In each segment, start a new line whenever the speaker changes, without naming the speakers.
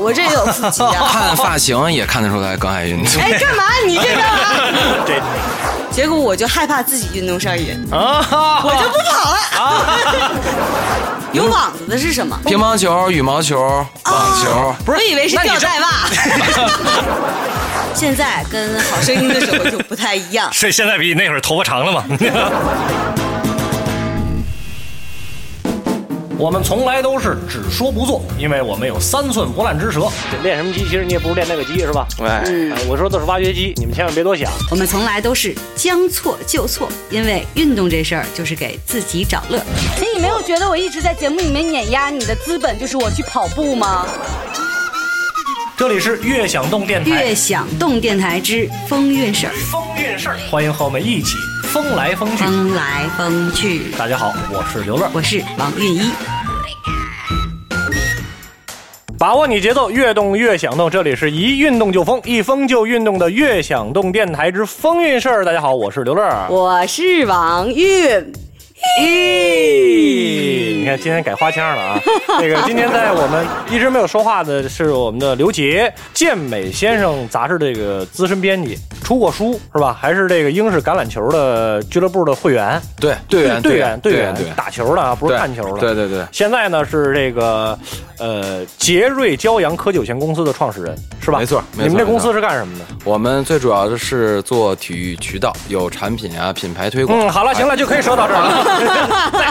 我这也有腹肌 啊！
看发型也看得出来刚爱 运动。
哎，干嘛？你这干嘛？
对
结果我就害怕自己运动上瘾，
啊，
我就不跑了。
啊
有网子的是什么？
乒乓球、羽毛球、网球，
啊
不是
我以为是吊 带袜。现在跟好声音的时候就不太一样。
所以现在比那会儿头发长了嘛。 我们从来都是只说不做，因为我们有三寸不烂之舌。
练什么机，其实你也不如练那个机，是吧？
喂，
哎我说的是挖掘机，你们千万别多想。
我们从来都是将错就错，因为运动这事儿就是给自己找乐。
所以你没有觉得我一直在节目里面碾压你的资本就是我去跑步吗？
这里是悦享动电台
悦，享动电台之风韵事儿，
风韵事儿，欢迎和我们一起风来风去。
风来风去。
大家好，我是刘乐。
我是王韵一，
把握你节奏，越动越想动。这里是一运动就疯，一疯就运动的越想动电台之风韵事儿。大家好，我是刘乐。
我是王韵，
咦，你看今天改花腔 了啊！那个今天在我们一直没有说话的是我们的刘杰，健美先生杂志这个资深编辑，出过书是吧？还是这个英式橄榄球的俱乐部的会员，
对队员
队
员
队
员队员，
打球的啊，不是
对
看球的。
对对对，
现在呢是这个，呃，杰瑞骄阳科技有限公司的创始人是吧？
没错没错
你们这公
没
司
错
是干什么的？
我们最主要的是做体育渠道，有产品啊、品牌推广。哎
嗯，好了，行了，就可以说到这儿了。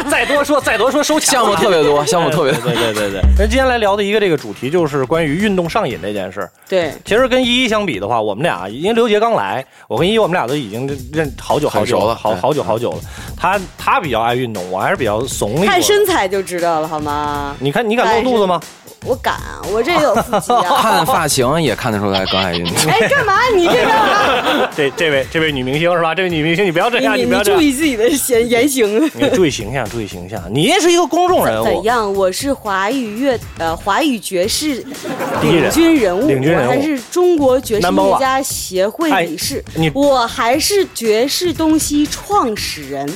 再再 多说，再多说收钱了
项目特别 多，项目特别
对对对对。那今天来聊的一个这个主题就是关于运动上瘾这件事儿。
对，
其实跟依依相比的话，我们俩因为刘杰刚来，我跟依依我们俩都已经认好久好
很
久
熟了
好
哎
好久好久了。他他比较爱运动，我还是比较怂一点。
看身材就知道了，好吗？
你看你敢露肚子吗？
我敢，我这有腹肌啊！
看发型也看得出来刚爱运动。
哎，干嘛？你这干嘛？
这这位这位女明星是吧？这位女哎明星，你不要这样，
你
不要
你
这样
注。意自己的言言行。
你注意形象，注意形象。你也是一个公众人
怎
物，
样？我是华语乐呃华语爵士
第一
领
人
军人物，
领军人物
我还是中国爵士
Number one
乐家协会理事
哎你，
我还是爵士东西创始人。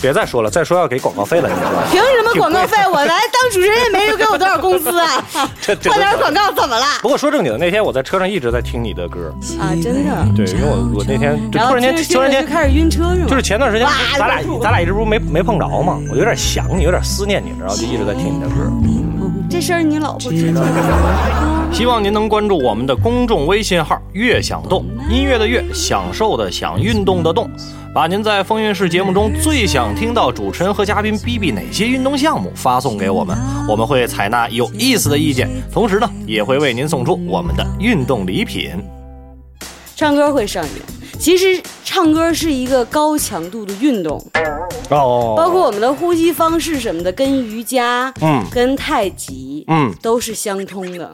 别再说了，再说要给广告费了，你知道吗？
凭什么广告费？我来当主持人也没人给我多少工资啊！
这这
换点广告怎么了？
不过说正经的，那天我在车上一直在听你的歌，
啊，真的。
对，因为我我那天就
然后
突然间
听着听着
突然间
就开始晕车是吗？
就是前段时间
哇
咱俩
忍不住
咱俩一直不是没没碰着嘛，我有点想你，有点思念你，然后就一直在听你的歌。
这事儿你老婆知道，
希望您能关注我们的公众微信号“悦享动”，音乐的悦，享受的享，运动的动，把您在风云式节目中最想听到主持人和嘉宾比比哪些运动项目发送给我们，我们会采纳有意思的意见，同时呢，也会为您送出我们的运动礼品。
唱歌会上瘾。其实唱歌是一个高强度的运动，
哦，
包括我们的呼吸方式什么的，跟瑜伽、
嗯
跟太极，
嗯
都是相通的。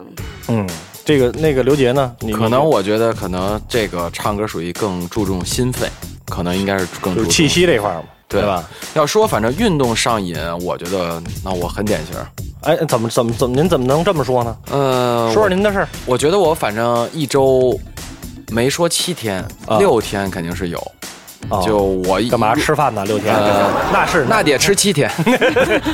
嗯，这个那个刘杰呢？你
可能我觉得，可能这个唱歌属于更注重心肺，可能应该是更注
就是
重
气息这一块嘛，
对
吧？？
要说反正运动上瘾，我觉得那我很典型。
哎，怎么怎么怎么您怎么能这么说呢？
呃，
说说您的事儿。
我，我觉得我反正一周没说七天，
啊
六天肯定是有。
哦
就我一
干嘛？吃饭呢？六天
呃
那 是
那得吃七 天，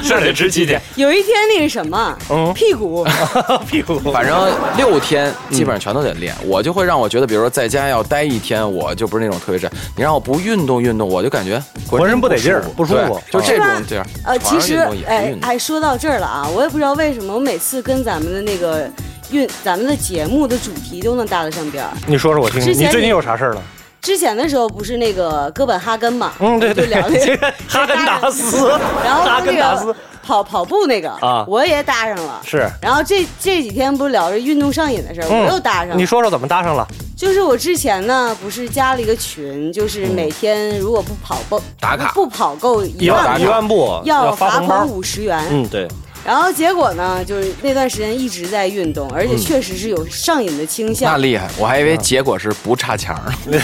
是得吃几点？
有一天那个什么，
嗯
屁股
屁 股。
反正六天基本上全都得练。我就会让我觉得，比如说在家要待一天，我就不是那种特别宅。你让我不运动运动，我就感觉
浑身不得劲儿
不
不舒服
对就这
是吧
种劲儿。
呃，
床上
其实
运动也是
哎
运动
哎，说到这儿了啊，我也不知道为什么，我每次跟咱们的那个运，咱们的节目的主题都能搭得上边儿。
你说说我听听，
之前
你最近
你
有啥事儿了？
之前的时候不是那个哥本哈根嘛，
嗯，对对
就聊那
对，
个
哈根达斯，
然后
哈
那
根达斯
个跑跑步那个
啊
我也搭上了。
是。
然后这这几天不是聊着运动上瘾的事儿，
嗯
我又搭上
你
了。
说说怎么搭上了？
就是我之前呢，不是加了一个群，就是每天如果不跑够
打卡
不跑够一
嗯一
万
万一
步，
万步
要
发
罚
红
款
包。
五十元。
嗯，对，
然后结果呢，就是那段时间一直在运动，而且确实是有上瘾的倾
嗯那
向。
厉害，我还
嗯
以为结果是不差钱儿呢。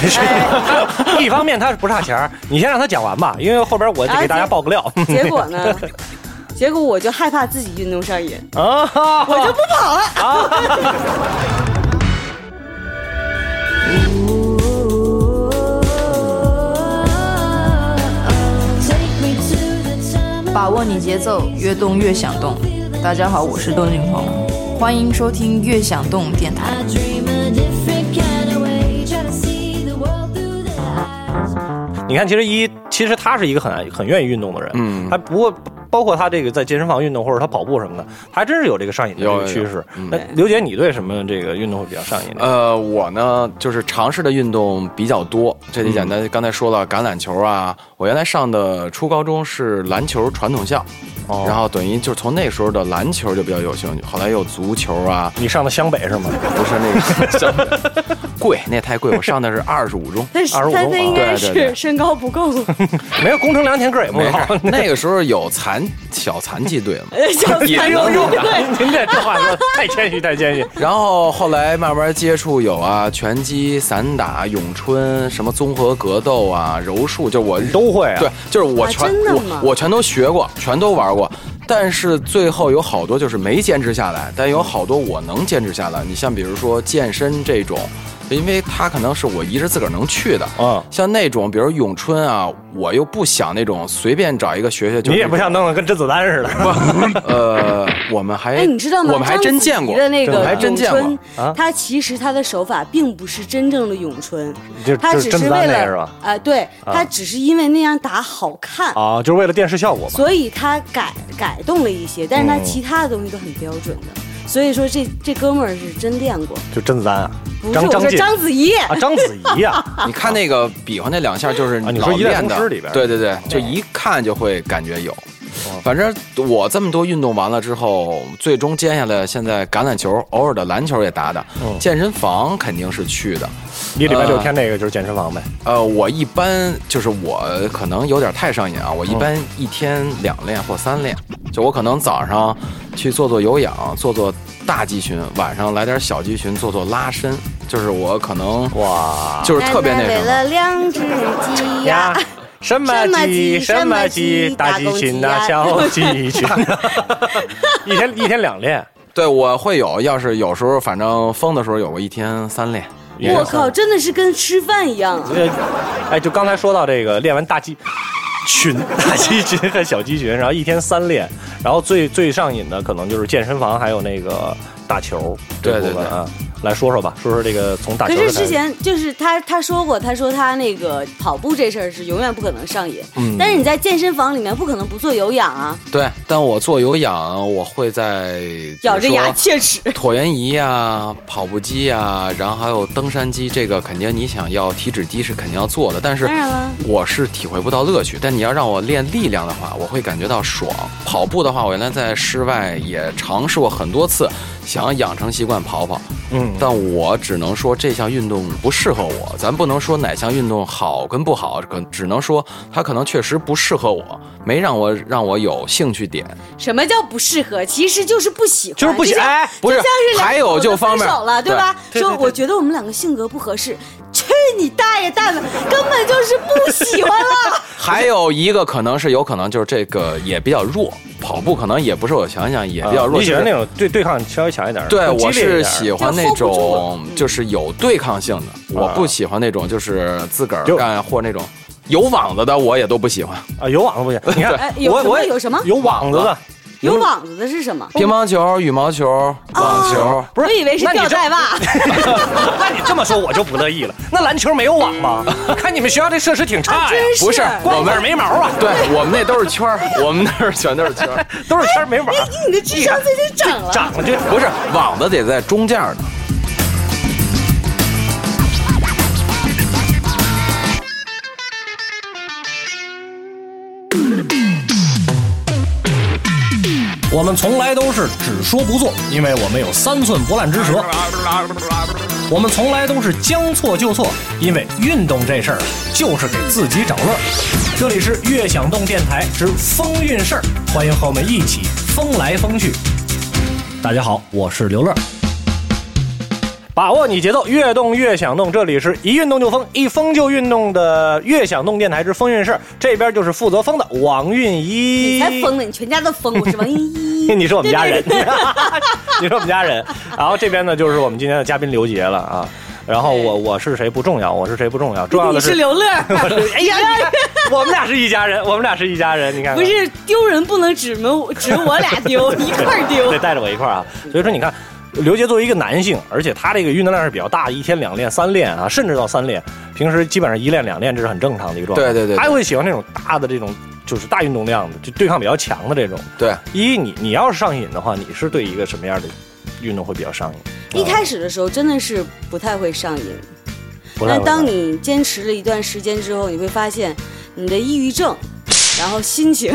一方面他是不差钱儿，你先让他讲完吧，因为后边我得给大家爆个料。
啊结 果呢， 结果我就害怕自己运动上瘾，
啊，
我就不跑了。
把握你节奏，越动越想动。大家好，我是窦靖童。欢迎收听《悦享动物电 台》。
I dream a different kind of way, try to see the world through their eyes.
你看，其实一其实他是一个很爱很愿意运动的人，
嗯
还不过包括他这个在健身房运动或者他跑步什么的，他还真是有这个上瘾的这
有
个趋势
有有嗯。
那刘姐，你对什么这个运动会比较上瘾呢？
呃，我呢就是尝试的运动比较多，这里简单，刚才说了橄榄球啊，我原来上的初高中是篮球传统校，
哦
然后等于就是从那时候的篮球就比较有兴趣，后来又足球啊，
你上的湘北是吗？
不是那个像贵，那太贵，我上 的是二十五中。
但是
二十五
他
公
他
分
应该
对对
是
对
身高不 够，
没有，工程良田个儿也不
没事
高。
儿，那个时候有残小残疾队嘛，
小
也
残
能
用
用啊
哎对，
您这这话说得太谦虚，太谦虚。
然后后来慢慢接触有啊拳击、散打、咏春，什么综合格斗啊、柔术，就我
都会啊
对，就是我
啊
全
真的吗
我我全都学过，全都玩过。但是最后有好多就是没坚持下来，但有好多我能坚持下来。你像比如说健身这种，因为它可能是我一直自个儿能去的。
啊，
像那种，比如咏春啊，我又不想那种随便找一个学学就。
你也不像弄得跟甄子丹似的。
呃，我们还
哎，你知道吗？
我们还真
章子
见
怡
过
的那
我
个
们还真
咏
见过啊
春。，他其实他的手法并不是真正的咏春
就，
他
就是
只
甄子
是
丹
为
那个是
了
吧
啊，对他只是因为那样打好看，
啊，就是为了电视效果嘛。
所以他改改动了一些，但是他其他的东西都很标准的。所以说这这哥们儿是真练过，
就甄子丹啊，
不是
张
我
张
说
晋
章子怡，
啊，章子 怡啊，
你看那个比划那两下，就是
啊你
老
说一代
练的
宗师里边哦
对对对，就一看就会感觉有。反正我这么多运动完了之后，最终接下来现在橄榄球，偶尔的篮球也打打，
哦
健身房肯定是去的。
你礼拜
嗯
六天那个就是健身房呗。
呃，我一般就是我可能有点太上瘾
哦
啊，我一般一天两练或三练，就我可能早上去做做有氧，做做大肌群，晚上来点小肌群，做做拉伸，就是我可能
哇，
就是特 别那什
为
么。
了两只鸡呀。，
什么鸡什么鸡，大鸡群呐，小鸡群 呐，一天一天两练，
对，我会有，要是有时候反正疯的时候有过一天三练。
我
啊
靠，真的是跟吃饭一样啊！
呃，哎，就刚才说到这个练完大鸡群、大鸡群和小鸡群，然后一天三练，然后最最上瘾的可能就是健身房，还有那个打球这
对对
部分
对
啊。来说说吧，说啊说这个从打球
可
的
是
开始
之前就是他他说过，他说他那个跑步这事儿是永远不可能上瘾，
嗯
但是你在健身房里面不可能不做有氧啊，
对，但我做有氧，我会在
咬着牙
比
切齿。
如说椭圆仪啊、跑步机啊，然后还有登山机，这个肯定你想要体脂低是肯定要做的，但是
当然了
我是体会不到乐趣。但你要让我练力量的话，我会感觉到爽。跑步的话，我原来在室外也尝试过很多次，想要养成习惯跑跑，
嗯，
但我只能说这项运动不适合我，咱不能说哪项运动好跟不好，可只能说它可能确实不适合我，没让我让我有兴趣点。
什么叫不适合？其实就是不喜欢，
就是不喜
像
哎
不是
就像是两
啊还有就方面
口子分手了，对吧？
对对
说
对对
我觉得我们两个性格不合适，去你大爷蛋的，根本就是不喜欢了。
还有一个可能是有可能就是这个也比较弱，跑步可能也不是我想想也比较弱。
啊你喜欢
就是
那种对对抗稍微强一点儿，
对，
更激
我
烈一
是
点儿
喜欢那
就 hold 不住了
种就是有对抗性的，我不喜欢那种就是自个儿
嗯啊就
干或那种有网子的，我也都不喜欢。
啊，有网子不行，你看
哎有
我
什么
我也
有什么
有网子的，
有网子的是什么？
乒乓球、羽毛球、网球，
不是，我以为是吊带袜。
那你这么说我就不乐意了。那篮球没有网吗？看你们学校这设施挺差呀，
真是
不是
光板没毛啊，
对我们那都是圈儿，我们那儿全都是圈儿，
都是圈儿没网，
哎
你的智商最 近涨了。
长了就
不是网子得在中间儿呢。
我们从来都是只说不做，因为我们有三寸不烂之
哎
舌。我们从来都是将错就错，因为运动这事儿就是给自己找乐儿。这里是悦享动电台之风韵事儿，欢迎和我们一起风来风去。大家好，我是刘乐。
把握你节奏，越动越想动。这里是一运动就疯，一疯就运动的越想动电台之风韵事儿，这边就是负责疯的王韵一。
你才疯了，你全家都疯。我是王一一，
你是我们家人，你是我们家人。然后这边呢，就是我们今天的嘉宾刘杰了 啊。然后我我是谁不重要，我是谁不重要，重要
你
的
是刘乐。
我是哎呀，你看我们俩是一家人，我们俩是一家人，你看看
不是丢人不能只门只我俩丢，一块儿丢
得。带着我一块儿啊。所以说，你看，刘杰作为一个男性，而且他这个运动量是比较大，一天两练、三练啊，甚至到三练，平时基本上一练、两练，这是很正常的一个状态。
对对对对
他会喜欢这种大的这种，就是大运动量的，就对抗比较强的这种。
对，
一，你你要是上瘾的话，你是对一个什么样的运动会比较上瘾？
一开始的时候真的是不太会上瘾，
呃不太
但
会
当
上瘾
你坚持了一段时间之后，你会发现你的抑郁症，然后心情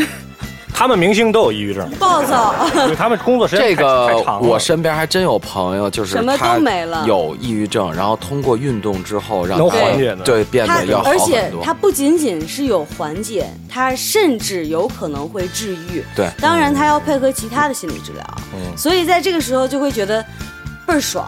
他们明星都有抑郁症，
暴躁，
因为他们工作时间
这
太太
个
长了。
我身边还真有朋友，就是
什么都
他
没了
有抑郁症，然后通过运动之后让
能
他
缓解的
对变
他
得要好
而
很多。
且他不仅仅是有缓解，他甚至有可能会治愈。
对
当
嗯
然他要配合其他的心理治疗，所以在这个时候就会觉得倍儿爽。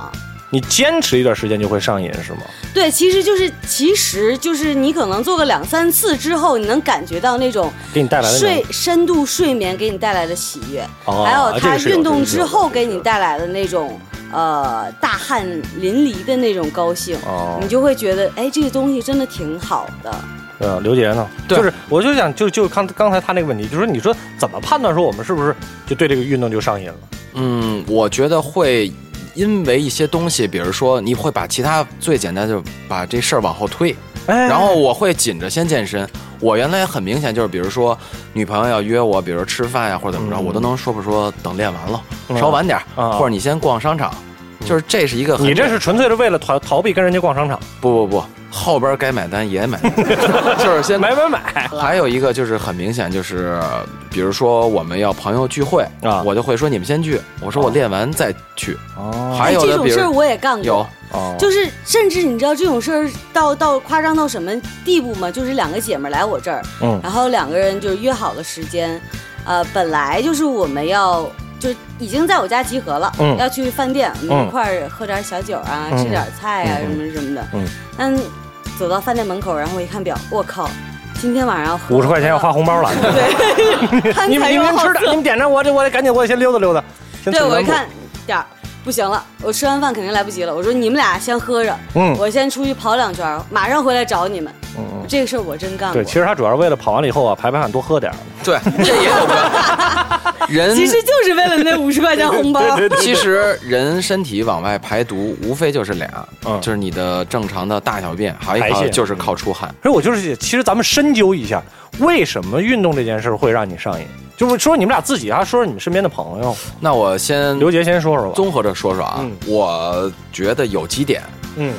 你坚持一段时间就会上瘾是吗？
对，其实就是，其实就是你可能做个两三次之后，你能感觉到那种
给你带来的那种
睡深度睡眠给你带来的喜悦，
哦
还有
这
它
个是有
运动
这个是
之
有
后
这个
给
是
你
有
带来的那种呃大汗淋漓的那种高兴，
哦
你就会觉得哎，这个东西真的挺好的。
呃，刘杰呢？
对
就是我就想就就刚刚才他那个问题，就是你说怎么判断说我们是不是就对这个运动就上瘾了？
嗯，我觉得会因为一些东西，比如说你会把其他最简单就把这事儿往后推，
哎
然后我会紧着先健身。我原来很明显就是，比如说女朋友要约我，比如说吃饭呀或者怎么着，
嗯
我都能说不说等练完了，
嗯
稍晚点儿，
啊嗯
或者你先逛商场，就是这是一个很
你这是纯粹是为了逃逃避跟人家逛商场，
不不不，后边该买单也买 单，就是先
买买买。
还有一个就是很明显，就是比如说我们要朋友聚会
啊
我就会说你们先聚，我说我练完再去。
哦
还
哎
有
这
的
种
比
事儿
如
我也干过，
有
哦
就是甚至你知道这种事儿到到夸张到什么地步吗？就是两个姐们儿来我这儿，
嗯
然后两个人就是约好了时间，呃，本来就是我们要就已经在我家集合了，
嗯
要去饭店，我
嗯
们一块儿喝点小酒啊，
嗯
吃点菜啊、
嗯
什么什么的，
嗯，
但走到饭店门口，然后我一看表，我靠，今天晚上要喝
五十块钱要花红包了，
潘
你们
才
你
又
们
好
吃的，你们点着我这我得赶紧我得先溜达溜达。先
对，
走
我
两
一
步，
看点儿不行了，我吃完饭肯定来不及了。我说你们俩先喝着，
嗯
我先出去跑两圈儿，马上回来找你们。这个事儿我真干过。
对，其实他主要是为了跑完了以后啊，排排汗多喝点儿。
对，这也有 关。人
其实就是为了那五十块钱红包。
其实人身体往外排毒，无非就是俩，
嗯
就是你的正常的大小便，还有一
排
个
泄
就是靠出汗。
所以我就是，其实咱们深究一下，为什么运动这件事儿会让你上瘾？就是说你们俩自己啊，说说你们身边的朋友。
那我
嗯
先
刘杰先说说吧。
综合着说说啊
嗯，
我觉得有几点。
嗯，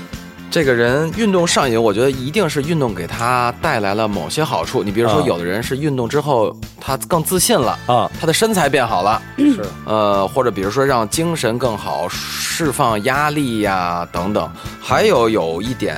这个人运动上瘾，我觉得一定是运动给他带来了某些好处。你比如说，
啊
有的人是运动之后他更自信了
啊，
他的身材变好了，
是
呃，或者比如说让精神更好，释放压力呀、等等。还有有一点，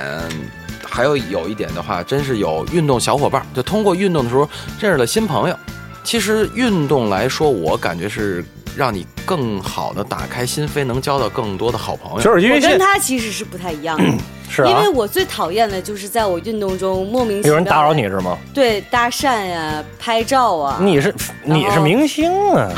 还有有一点的话，真是有运动小伙伴，就通过运动的时候认识了新朋友。其实运动来说，我感觉是让你更好的打开心扉，能交到更多的好朋友。
就是因
我
为
跟
现
他其实是不太一样的，
是
因
啊
为，我最讨厌的就是在我运动中莫名其妙
有人打扰你是吗？
对搭讪呀、拍照啊，
你是你是明星啊，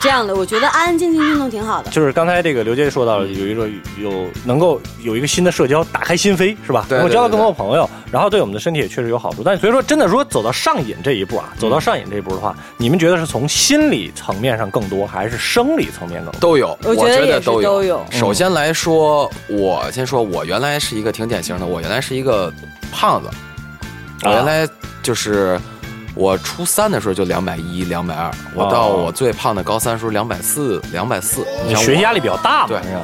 这样的，我觉得安安静静运动挺好的。
就是刚才这个刘杰说到了有一个有能够有一个新的社交，打开心扉是吧？
对对
能够交到更多的朋友，然后对我们的身体也确实有好处。但是所以说真的说走到上瘾这一步啊，走到上瘾这一步的话，你们觉得是从心理层面上更多，还是生理层面更多？
都有，
我
我
觉得也是
都
都有嗯
首先来说，我先说，我原来是一个挺典型的，我原来是一个胖子，我
啊
原来就是我初三的时候就两百一、两百二，我
啊
到我最胖的高三的时候两百四、两百四。你
你
想
学习
我
压力比较大嘛？哎
对
是吧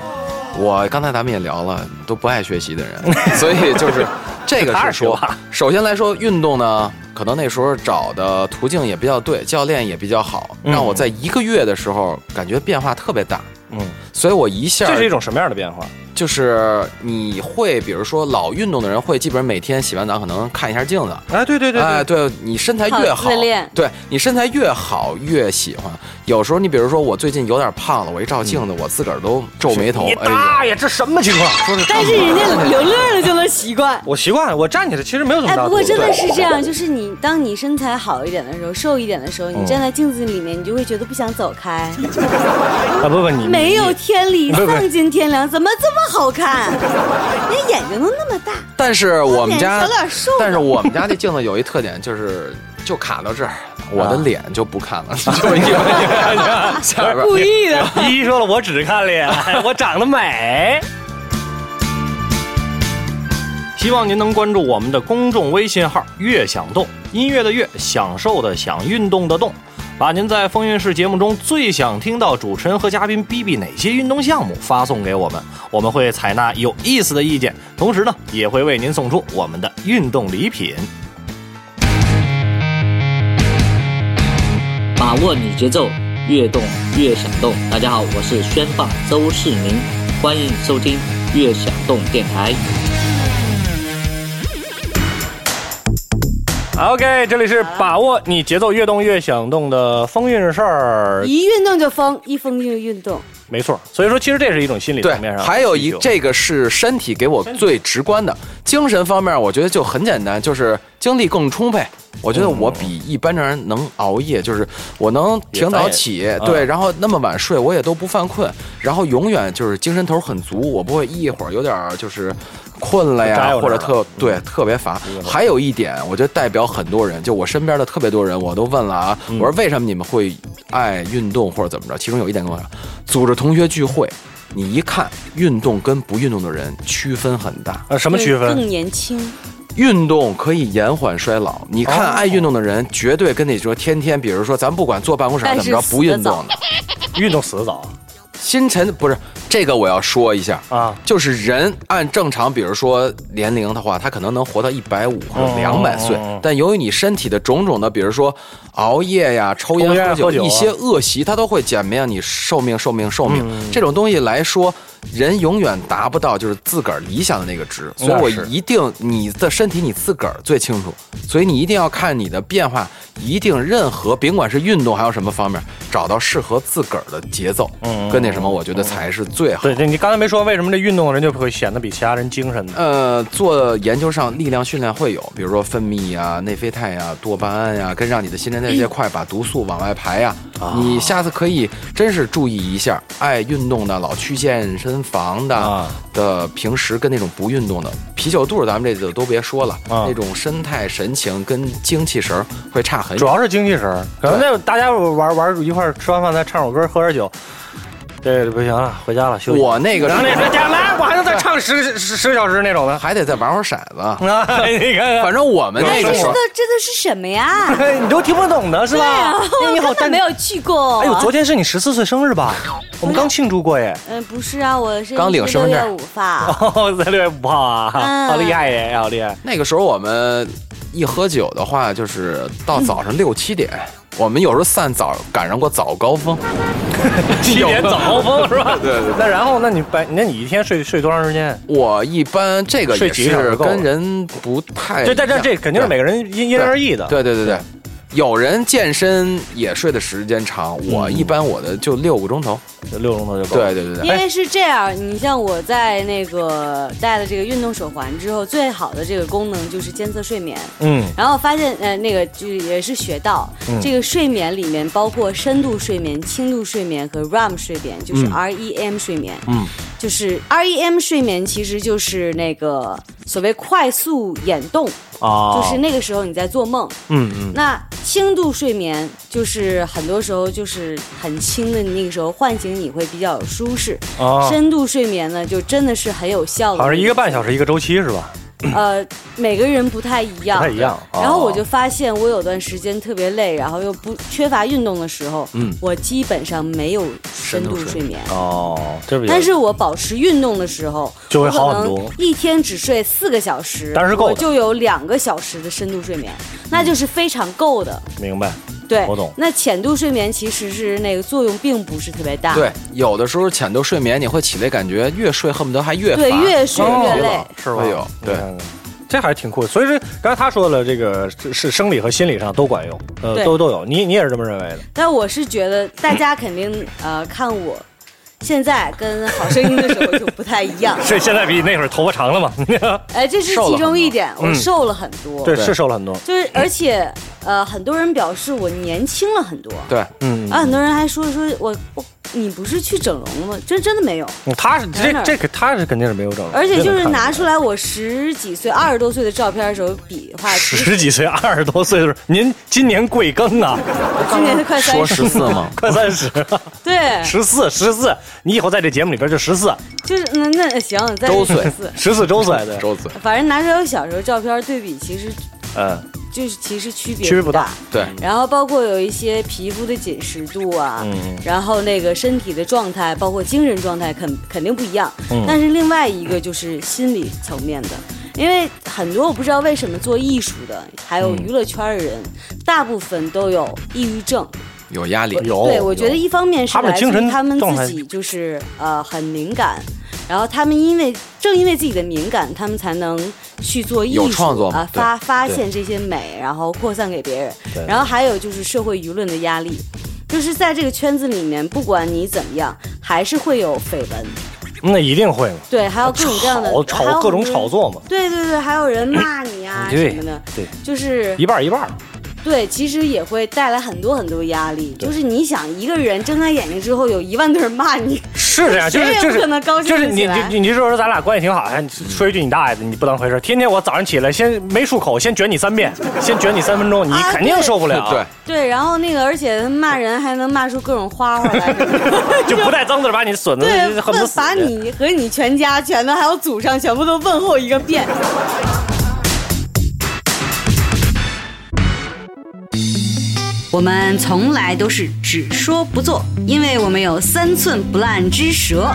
我刚才咱们也聊了，都不爱学习的人， 所以就是这 个
他
是
是学
说
霸，
首先来说运动呢，可能那时候找的途径也比较对，教练也比较好，
嗯
让我在一个月的时候感觉变化特别大，
嗯，
所以我一下
这是一种什么样的变化？
就是你会，比如说老运动的人会，基本上每天洗完澡可能看一下镜子。
哎，对对对
哎，
对，
对你身材越
好
好
自恋，
对你身材越好越喜欢。有时候你比如说我最近有点胖了，我一照镜
嗯
子，我自个儿都皱眉头。
你
哎呀，
大爷，这什么情况？
说是
但是人家刘乐了就能习惯。
我习惯了，我站起来其实没有什么
哎，
大
不
不
过真的
对
是这样，就是你当你身材好一点的时候，瘦一点的时候，
嗯
你站在镜子里面，你就会觉得不想走开，
啊，不不，你
没有天理，
不不
丧尽天良，怎么这么么好看，人眼睛都那么大，
但是我们家
脸有点瘦了
但是我们家这镜子有一特点，就是就卡到这儿，我的脸就不看了，就因为下边
故意的。
依依说了，我只看脸，
哎
我长得美。
希望您能关注我们的公众微信号“悦享动”，音乐的乐，享受的享，运动的动。把您在风韵事节目中最想听到主持人和嘉宾比比哪些运动项目发送给我们，我们会采纳有意思的意见，同时呢，也会为您送出我们的运动礼品。
把握你节奏，越动越想动。大家好，我是宣放邹市明，欢迎收听《越想动》电台。
OK，这里是把握你节奏越动越想动的风韵事儿，
一运动就疯，一疯就运动。
没错。所以说，其实这是一种心理层面
对，
上。
还有一，这个是身体给我最直观的，精神方面我觉得就很简单，就是精力更充沛。我觉得我比一般常人能熬夜，就是我能挺早起，对，然后那么晚睡我也都不犯困，然后永远就是精神头很足，我不会一会儿有点儿就是困了
扎
哎呀，
悠
或者
着嗯了
特对特别乏。还有一点，我觉得代表很多人，就我身边的特别多人，我都问了啊，
嗯
我说为什么你们会爱运动或者怎么着？其中有一点跟我说，组织同学聚会。你一看运动跟不运动的人区分很大，
呃，什么区分？
更年轻，
运动可以延缓衰老。你看
哦
爱运动的人，绝对跟你说天天，比如说咱不管坐办公室还是怎么
但
着，
是
不运动
死
的。
运动死得早
新陈不是这个，我要说一下，
啊，
就是人按正常，比如说年龄的话，他可能能活到一百五或者两百岁
嗯嗯嗯，
但由于你身体的种种的，比如说熬夜呀、抽
抽烟
烟、喝酒
喝酒啊
一些恶习，它都会减免你寿命、寿命、寿命。
嗯
这种东西来说，人永远达不到就是自个儿理想的那个值，所以我
那是
一定你的身体你自个儿最清楚，所以你一定要看你的变化，一定任何甭管是运动还有什么方面，找到适合自个儿的节奏，
嗯
跟那什么，我觉得才是最好的
对，。这你刚才没说为什么这运动的人就会显得比其他人精神呢？
呃，做研究上力量训练会有，比如说分泌呀、内啡肽呀、多巴胺呀、跟让你的新陈代谢快，把毒素往外排呀、
啊
你下次可以真是注意一下，爱运动的、老去健身房的、
啊
的，平时跟那种不运动的，啤酒肚儿咱们这就都别说了，
啊
那种神态、神情跟精气神儿会差很
主
远。
要是精气神儿，可能那大家玩玩一块儿吃完饭再唱首歌喝点酒，这不行了，回家了休息。
我那个
然后那说家来，我 还能再唱十十十个小时那种的。
还得再玩会儿骰子，
啊， 你看看，
反正我们那
这
个时
都
候。
哎这都是什么呀？
你都听不懂的是吧？ 哎你好
我根本啊
淡
没。有啊去过。
哎呦，昨天是你十四岁生日吧？我们刚庆祝过 耶。
嗯，不是啊，我是
刚领身份证
6月五发。
哦，在六月五号啊，
嗯
好厉害耶，哎好厉害！
那个时候我们一喝酒的话，就是到早上六七点。
嗯
我们有时候散早赶上过早高峰，
七点早峰是 吧？
对对。
那然后，那你白，那你一天睡睡多长时间？
我一般这个
睡
也
几个小时
是
够了
跟人不太
这但这
一样啊
这肯定是每个人因因人而异的。
对对对对，有人健身也睡的时间长，我一般我的就六个钟头。
对，六钟头嗯就够。
对，对对对
因，为是这样，你像我在那个戴了这个运动手环之后，最好的这个功能就是监测睡眠。
嗯，
然后发现，呃，那个就也是学到，这个睡眠里面包括深度睡眠、轻度睡眠和 REM 睡眠，就是
嗯
REM 睡眠。嗯，就是 REM 睡眠其实就是那个所谓快速眼动，
啊，
就是那个时候你在做梦。
嗯嗯。
那轻度睡眠就是很多时候就是很轻的，你那个时候唤醒你会比较舒适。
哦
深度睡眠呢，就真的是很有效的。
好像是一个半小时一个周期是吧？
呃，每个人不太一样，
不太一样哦
然后我就发现，我有段时间特别累，然后又不缺乏运动的时候，嗯，我基本上没有深度睡眠。
哦，这不也
但是我保持运动的时候，
就会
我可
好很
能
多
一天只睡四个小时，
但是够的
我就有两个小时的深度睡眠，那就是非常够的。
明白
对，
我懂
那浅度睡眠其实是那个作用并不是特别大，
对，有的时候浅度睡眠你会起来感觉越睡恨不得还越
对，
乏
越睡越累。
是吧？嗯
会有对
你看看。这还是挺酷的，所以说刚才他说了，这个是是生理和心理上都管用，呃，
对
都都有。你你也是这么认为的？，
但我是觉得大家肯定呃看我现在跟好声音的时候就不太一样
所以现在比那会儿头发长了 嘛？
哎，这是
瘦了
其
很多
中一点，我瘦了很多，
对，是瘦了很多。
就是而且呃很多人表示我年轻了很多，
对，
嗯，
啊很多人还说说我我你不是去整容了吗？真真的没有，
嗯他是这
真的
这个他是肯定是没有整容，
而且就是
这能看出来
拿出来我十几岁、二十多岁的照片的时候比的话，其实
十几岁、二十多岁的时候，您今年贵庚 啊？
今年快三
说
十，
十四吗？
快三十，
对，
十四，十四，你以后在这节目里边就十四，
就是那那行，再
周岁
四，
十四周岁 对，
周子，
反正拿出来我小时候照片对比，其实
嗯，
就是其实区别
区别不
不
大。
对，
然后包括有一些皮肤的紧实度啊，然后那个身体的状态，包括精神状态肯肯定不一样。但是另外一个就是心理层面的，因为很多我不知道为什么做艺术的，还有娱乐圈的人，大部分都有抑郁症。
有压力，
对，我觉得一方面是
他们
来自
精神
于他们
状态
自己就是呃很敏感，然后他们因为正因为自己的敏感，他们才能去做艺术
有创作嘛
啊，
对
发发现这些美，然后扩散给别人。然后还有就是社会舆论的压力，就是在这个圈子里面，不管你怎么样，还是会有绯闻，
那一定会嘛，
对，还有各种各样的
炒
还有
啊炒各种
很多人
炒作嘛，
对对对，还有 人骂你啊
对
什么的，
对，
就是
一半儿一半儿，
对，其实也会带来很多很多压力。就是你想，一个人睁开眼睛之后，有一万个人骂你，
是这样，就
谁
是
也
就
不可能高
是
兴
就是
得
你
起来
你你就说咱俩关系挺好，哎，你说一句你大爷的，你不当回事儿，天天我早上起来先没漱口，先卷你三遍，先卷你三分钟，你
啊
肯定受不了，
对，
对，然后那个，而且他骂人还能骂出各种花花来 什么的，
就不带脏字儿把你损的
对，
恨不得
问
死
把你和你全家、全都还有祖上全部都问候一个 遍。我们从来都是只说不做，因为我们有三寸不烂之舌。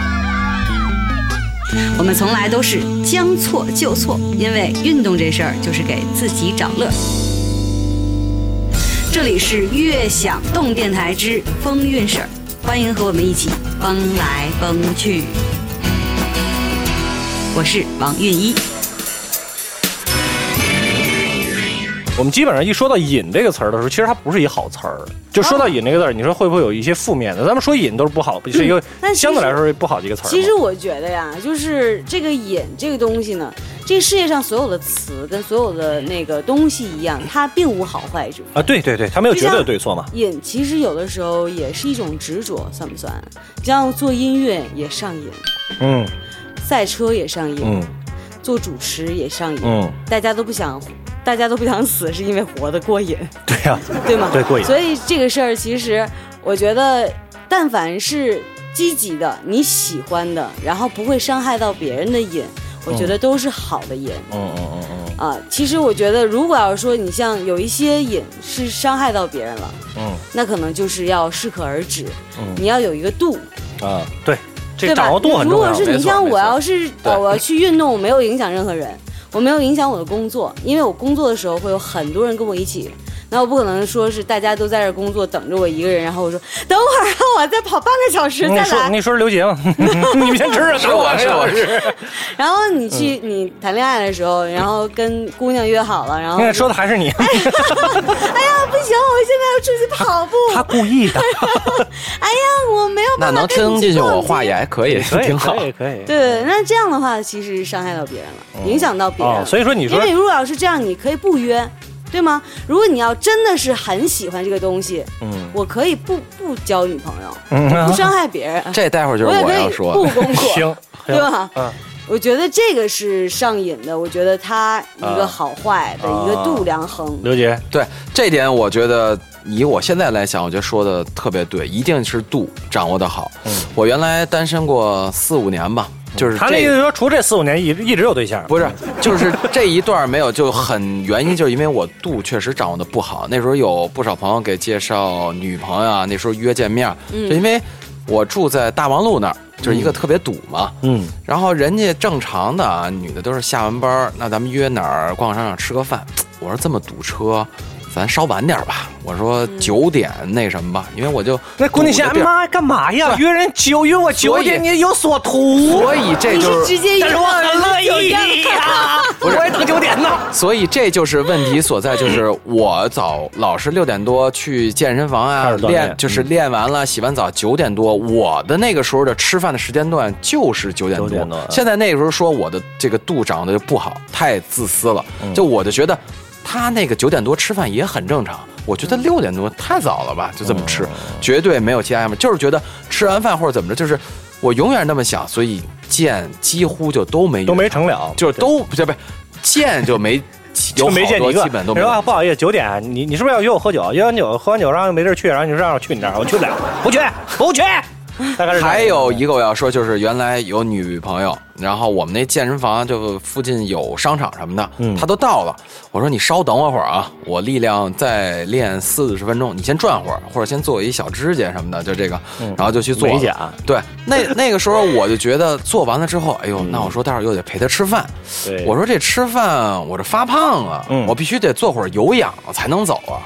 我们从来都是将错就错，因为运动这事儿就是给自己找乐。这里是悦享动电台之风韵事儿，欢迎和我们一起蹦来蹦去。我是王韵一，
我们基本上一说到“瘾”这个词儿的时候，其实它不是一好词儿。就说到“瘾”这个字儿，你说会不会有一些负面的？咱们说“瘾”都是不好，是一个
但其实
相对来说是不好的一个词儿嘛。
其实我觉得呀，就是这个瘾这个东西呢，这个世界上所有的词跟所有的那个东西一样，它并无好坏之分。
啊，对对对，它没有绝对的对错嘛。
瘾其实有的时候也是一种执着，算不算？像做音乐也上瘾，
嗯
赛车也上瘾，
嗯
做主持也上瘾，
嗯，
大家都不想，大家都不想死，是因为活得过瘾。
对呀、
对吗？
对过瘾
所以这个事儿，其实我觉得，但凡是积极的、你喜欢的，然后不会伤害到别人的瘾，我觉得都是好的瘾。
嗯嗯嗯嗯，
啊，其实我觉得，如果要是说你像有一些瘾是伤害到别人了，
嗯，
那可能就是要适可而止，你要有一个度，
啊，对，这
对吧
掌握度很
如
重
果
要。
是
没
你
错
像
没
我
错
要是呃
对
我要去运动，我没有影响任何人，我没有影响我的工作，因为我工作的时候会有很多人跟我一起。那我不可能说是大家都在这儿工作等着我一个人，然后我说等会儿啊，我再跑半个小时
你
再
嗯说
来。
你说是刘杰吗？你们先吃着，
是我是我是，
然后你去
嗯
你谈恋爱的时候，然后跟姑娘约好了，然后
那
我
嗯说的还是你，
哎呀不行，我现在要出去跑步。
他故意的，
哎呀，我没有
那
办法
能
跟
听
你
进去
逛
我
街
话。也还可以，
可以
挺好。
可以可以。
对，那这样的话其实是伤害到别人了，影响到别人了、
哦所以说你说
因为如果要是这样，你可以不约，对吗？如果你要真的是很喜欢这个东西，
嗯
我可以不不交女朋友，
嗯
不
啊，
伤害别人，
这待会儿就
我
是
也
我
可
要
以
说
不
的，
工作，
行，
对吧？
嗯
我觉得这个是上瘾的，我觉得它一个好坏的一个度量衡。
刘杰，
啊对这点，我觉得以我现在来想，我觉得说的特别对，一定是度掌握的好。我原来单身过四五年吧，就是
嗯他那
这
意思说，除这四五年一一直有对象，
不是，就是这一段没有，就很原因就是因为我度确实掌握的不好。那时候有不少朋友给介绍女朋友啊，那时候约见面，
嗯
就因为我住在大望路那儿，就是一个特别堵嘛。
嗯
然后人家正常的啊，女的都是下完班儿，那咱们约哪儿逛商场吃个饭？我说这么堵车，咱稍晚点儿吧。我说九点那什么吧，因为我就
那姑娘想，
堵着地儿
妈干嘛呀？约人九约我九
所以
点，你有所图。
所以这
你
就是是，
直接一
但是我
个
很
人
乐
酒
意
店了
啊
呀，我也等九点呢。
所以这就是问题所在，就是我早老是六点多去健身房
开
啊
始锻炼嗯
练，就是练完了洗完澡九点多，我的那个时候的吃饭的时间段就是九点
9点多嗯
多。现在那个时候说我的这个度长得
嗯
就不好，太自私了，就我就觉得他那个九点多吃饭也很正常。我觉得六点多太早了吧，就这么吃，
嗯
绝对没有其他想法，就是觉得吃完饭或者怎么着，就是我永远那么想，所以见几乎就都没
都没成了，
就是都不不见就没有
就没见
好多
你一个。
基本都
你
没
说啊
有。
不好意思，九点，你你是不是要约我喝酒？约完酒喝完酒，然后没地儿去，然后你说让我去你那儿，我去不了，不去，不去。大概是这样
还有一个我要说，就是原来有女朋友，然后我们那健身房就附近有商场什么的，
嗯
她都到了。我说你稍等我会儿啊，我力量再练四十分钟，你先转会儿，或者先做一小指甲什么的，就这个，然后就去做了
嗯美甲
对，那那个时候我就觉得做完了之后，哎
嗯
呦，那我说待会儿又得陪她吃饭。
对
我说这吃饭我这发胖了，
嗯
我必须得做会儿有氧才能走啊。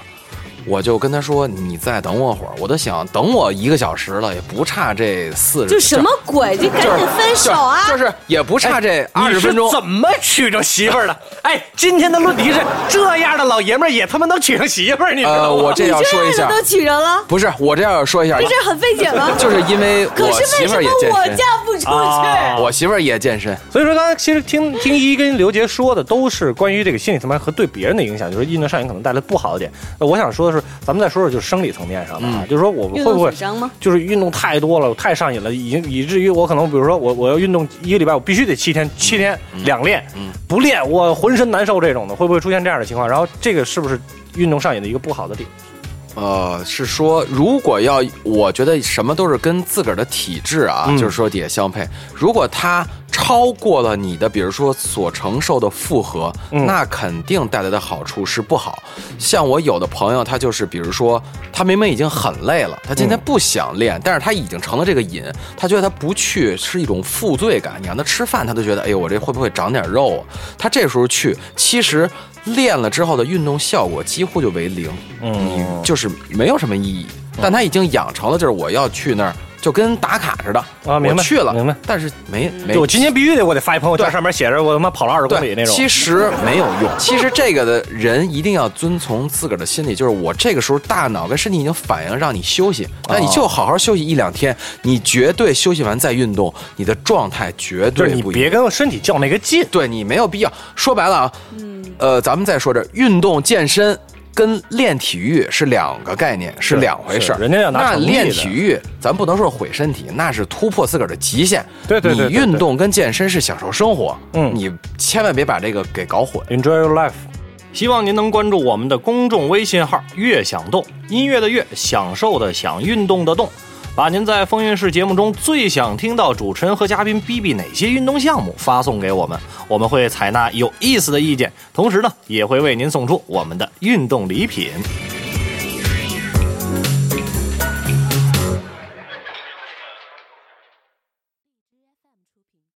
我就跟他说：“你再等我会儿。”我都想等我一个小时了，也不差这四十。
就什么鬼？就赶
就是
紧分手啊！
就是就是也不差这二
哎你
十
是
分钟。
怎么娶着媳妇儿的？哎，今天的论题是这样的老爷们儿也他妈能娶上媳妇儿，你知
呃，
道吗？
我这要
你这
说一
样
下
的，都娶着了，
不是我这要说一下啊
这，事儿很费解吗？
就是因为
可
我
是
媳
为
妇
什
儿也
么我
健身，
嫁不出去？
啊
我媳妇儿也健身。
所以说，刚才其实听听一跟刘杰说的都是关于这个心理层面和对别人的影响，就是运动上瘾可能带来不好的点。那我想说的是，咱们再说说就是生理层面上的啊，就是说我们
运
会
动
不会
嗯
损伤吗？
就是运动太多了，我太上瘾了，已经以至于我可能，比如说我我要运动一个礼拜，我必须得七
嗯
天七天两练，不练我浑身难受这种的，会不会出现这样的情况？然后这个是不是运动上瘾的一个不好的点？
呃，是说如果要，我觉得什么都是跟自个儿的体质啊，
嗯
就是说也相配。如果它超过了你的，比如说所承受的负荷，
嗯
那肯定带来的好处是不好。像我有的朋友，他就是比如说，他明明已经很累了，他今天不想练，但是他已经成了这个瘾，他觉得他不去是一种负罪感。你让他吃饭，他都觉得，哎呦，我这会不会长点肉啊？他这时候去，其实练了之后的运动效果几乎就为零。
嗯，
就是没有什么意义，但他已经养成了，就是我要去那儿就跟打卡似的
啊明
我
白
去了，
明白，
但是没没，
就我今天必须得我得发一朋友圈，
对
上面写着我他妈跑了二十公里
对
那种。
其实没有用。其实这个的人一定要遵从自个儿的心理，就是我这个时候大脑跟身体已经反应让你休息，那
哦
你就好好休息一两天，你绝对休息完再运动，你的状态绝
就
对
是你
不一样。
别跟身体较那个劲，
对你没有必要。说白了啊，呃，咱们再说这运动健身。跟练体育是两个概念，是两回事儿。
是人家要拿
那
成绩
练
的
体育，咱不能说是毁身体，那是突破自个儿的极限。
对对对对
你
对
运动跟健身是享受生活，
嗯
你千万别把这个给搞混。
enjoy your life。
希望您能关注我们的公众微信号“悦享动”，音乐的乐，享受的享，运动的动，把您在风云市节目中最想听到主持人和嘉宾比比哪些运动项目发送给我们，我们会采纳有意思的意见，同时呢，也会为您送出我们的运动礼品。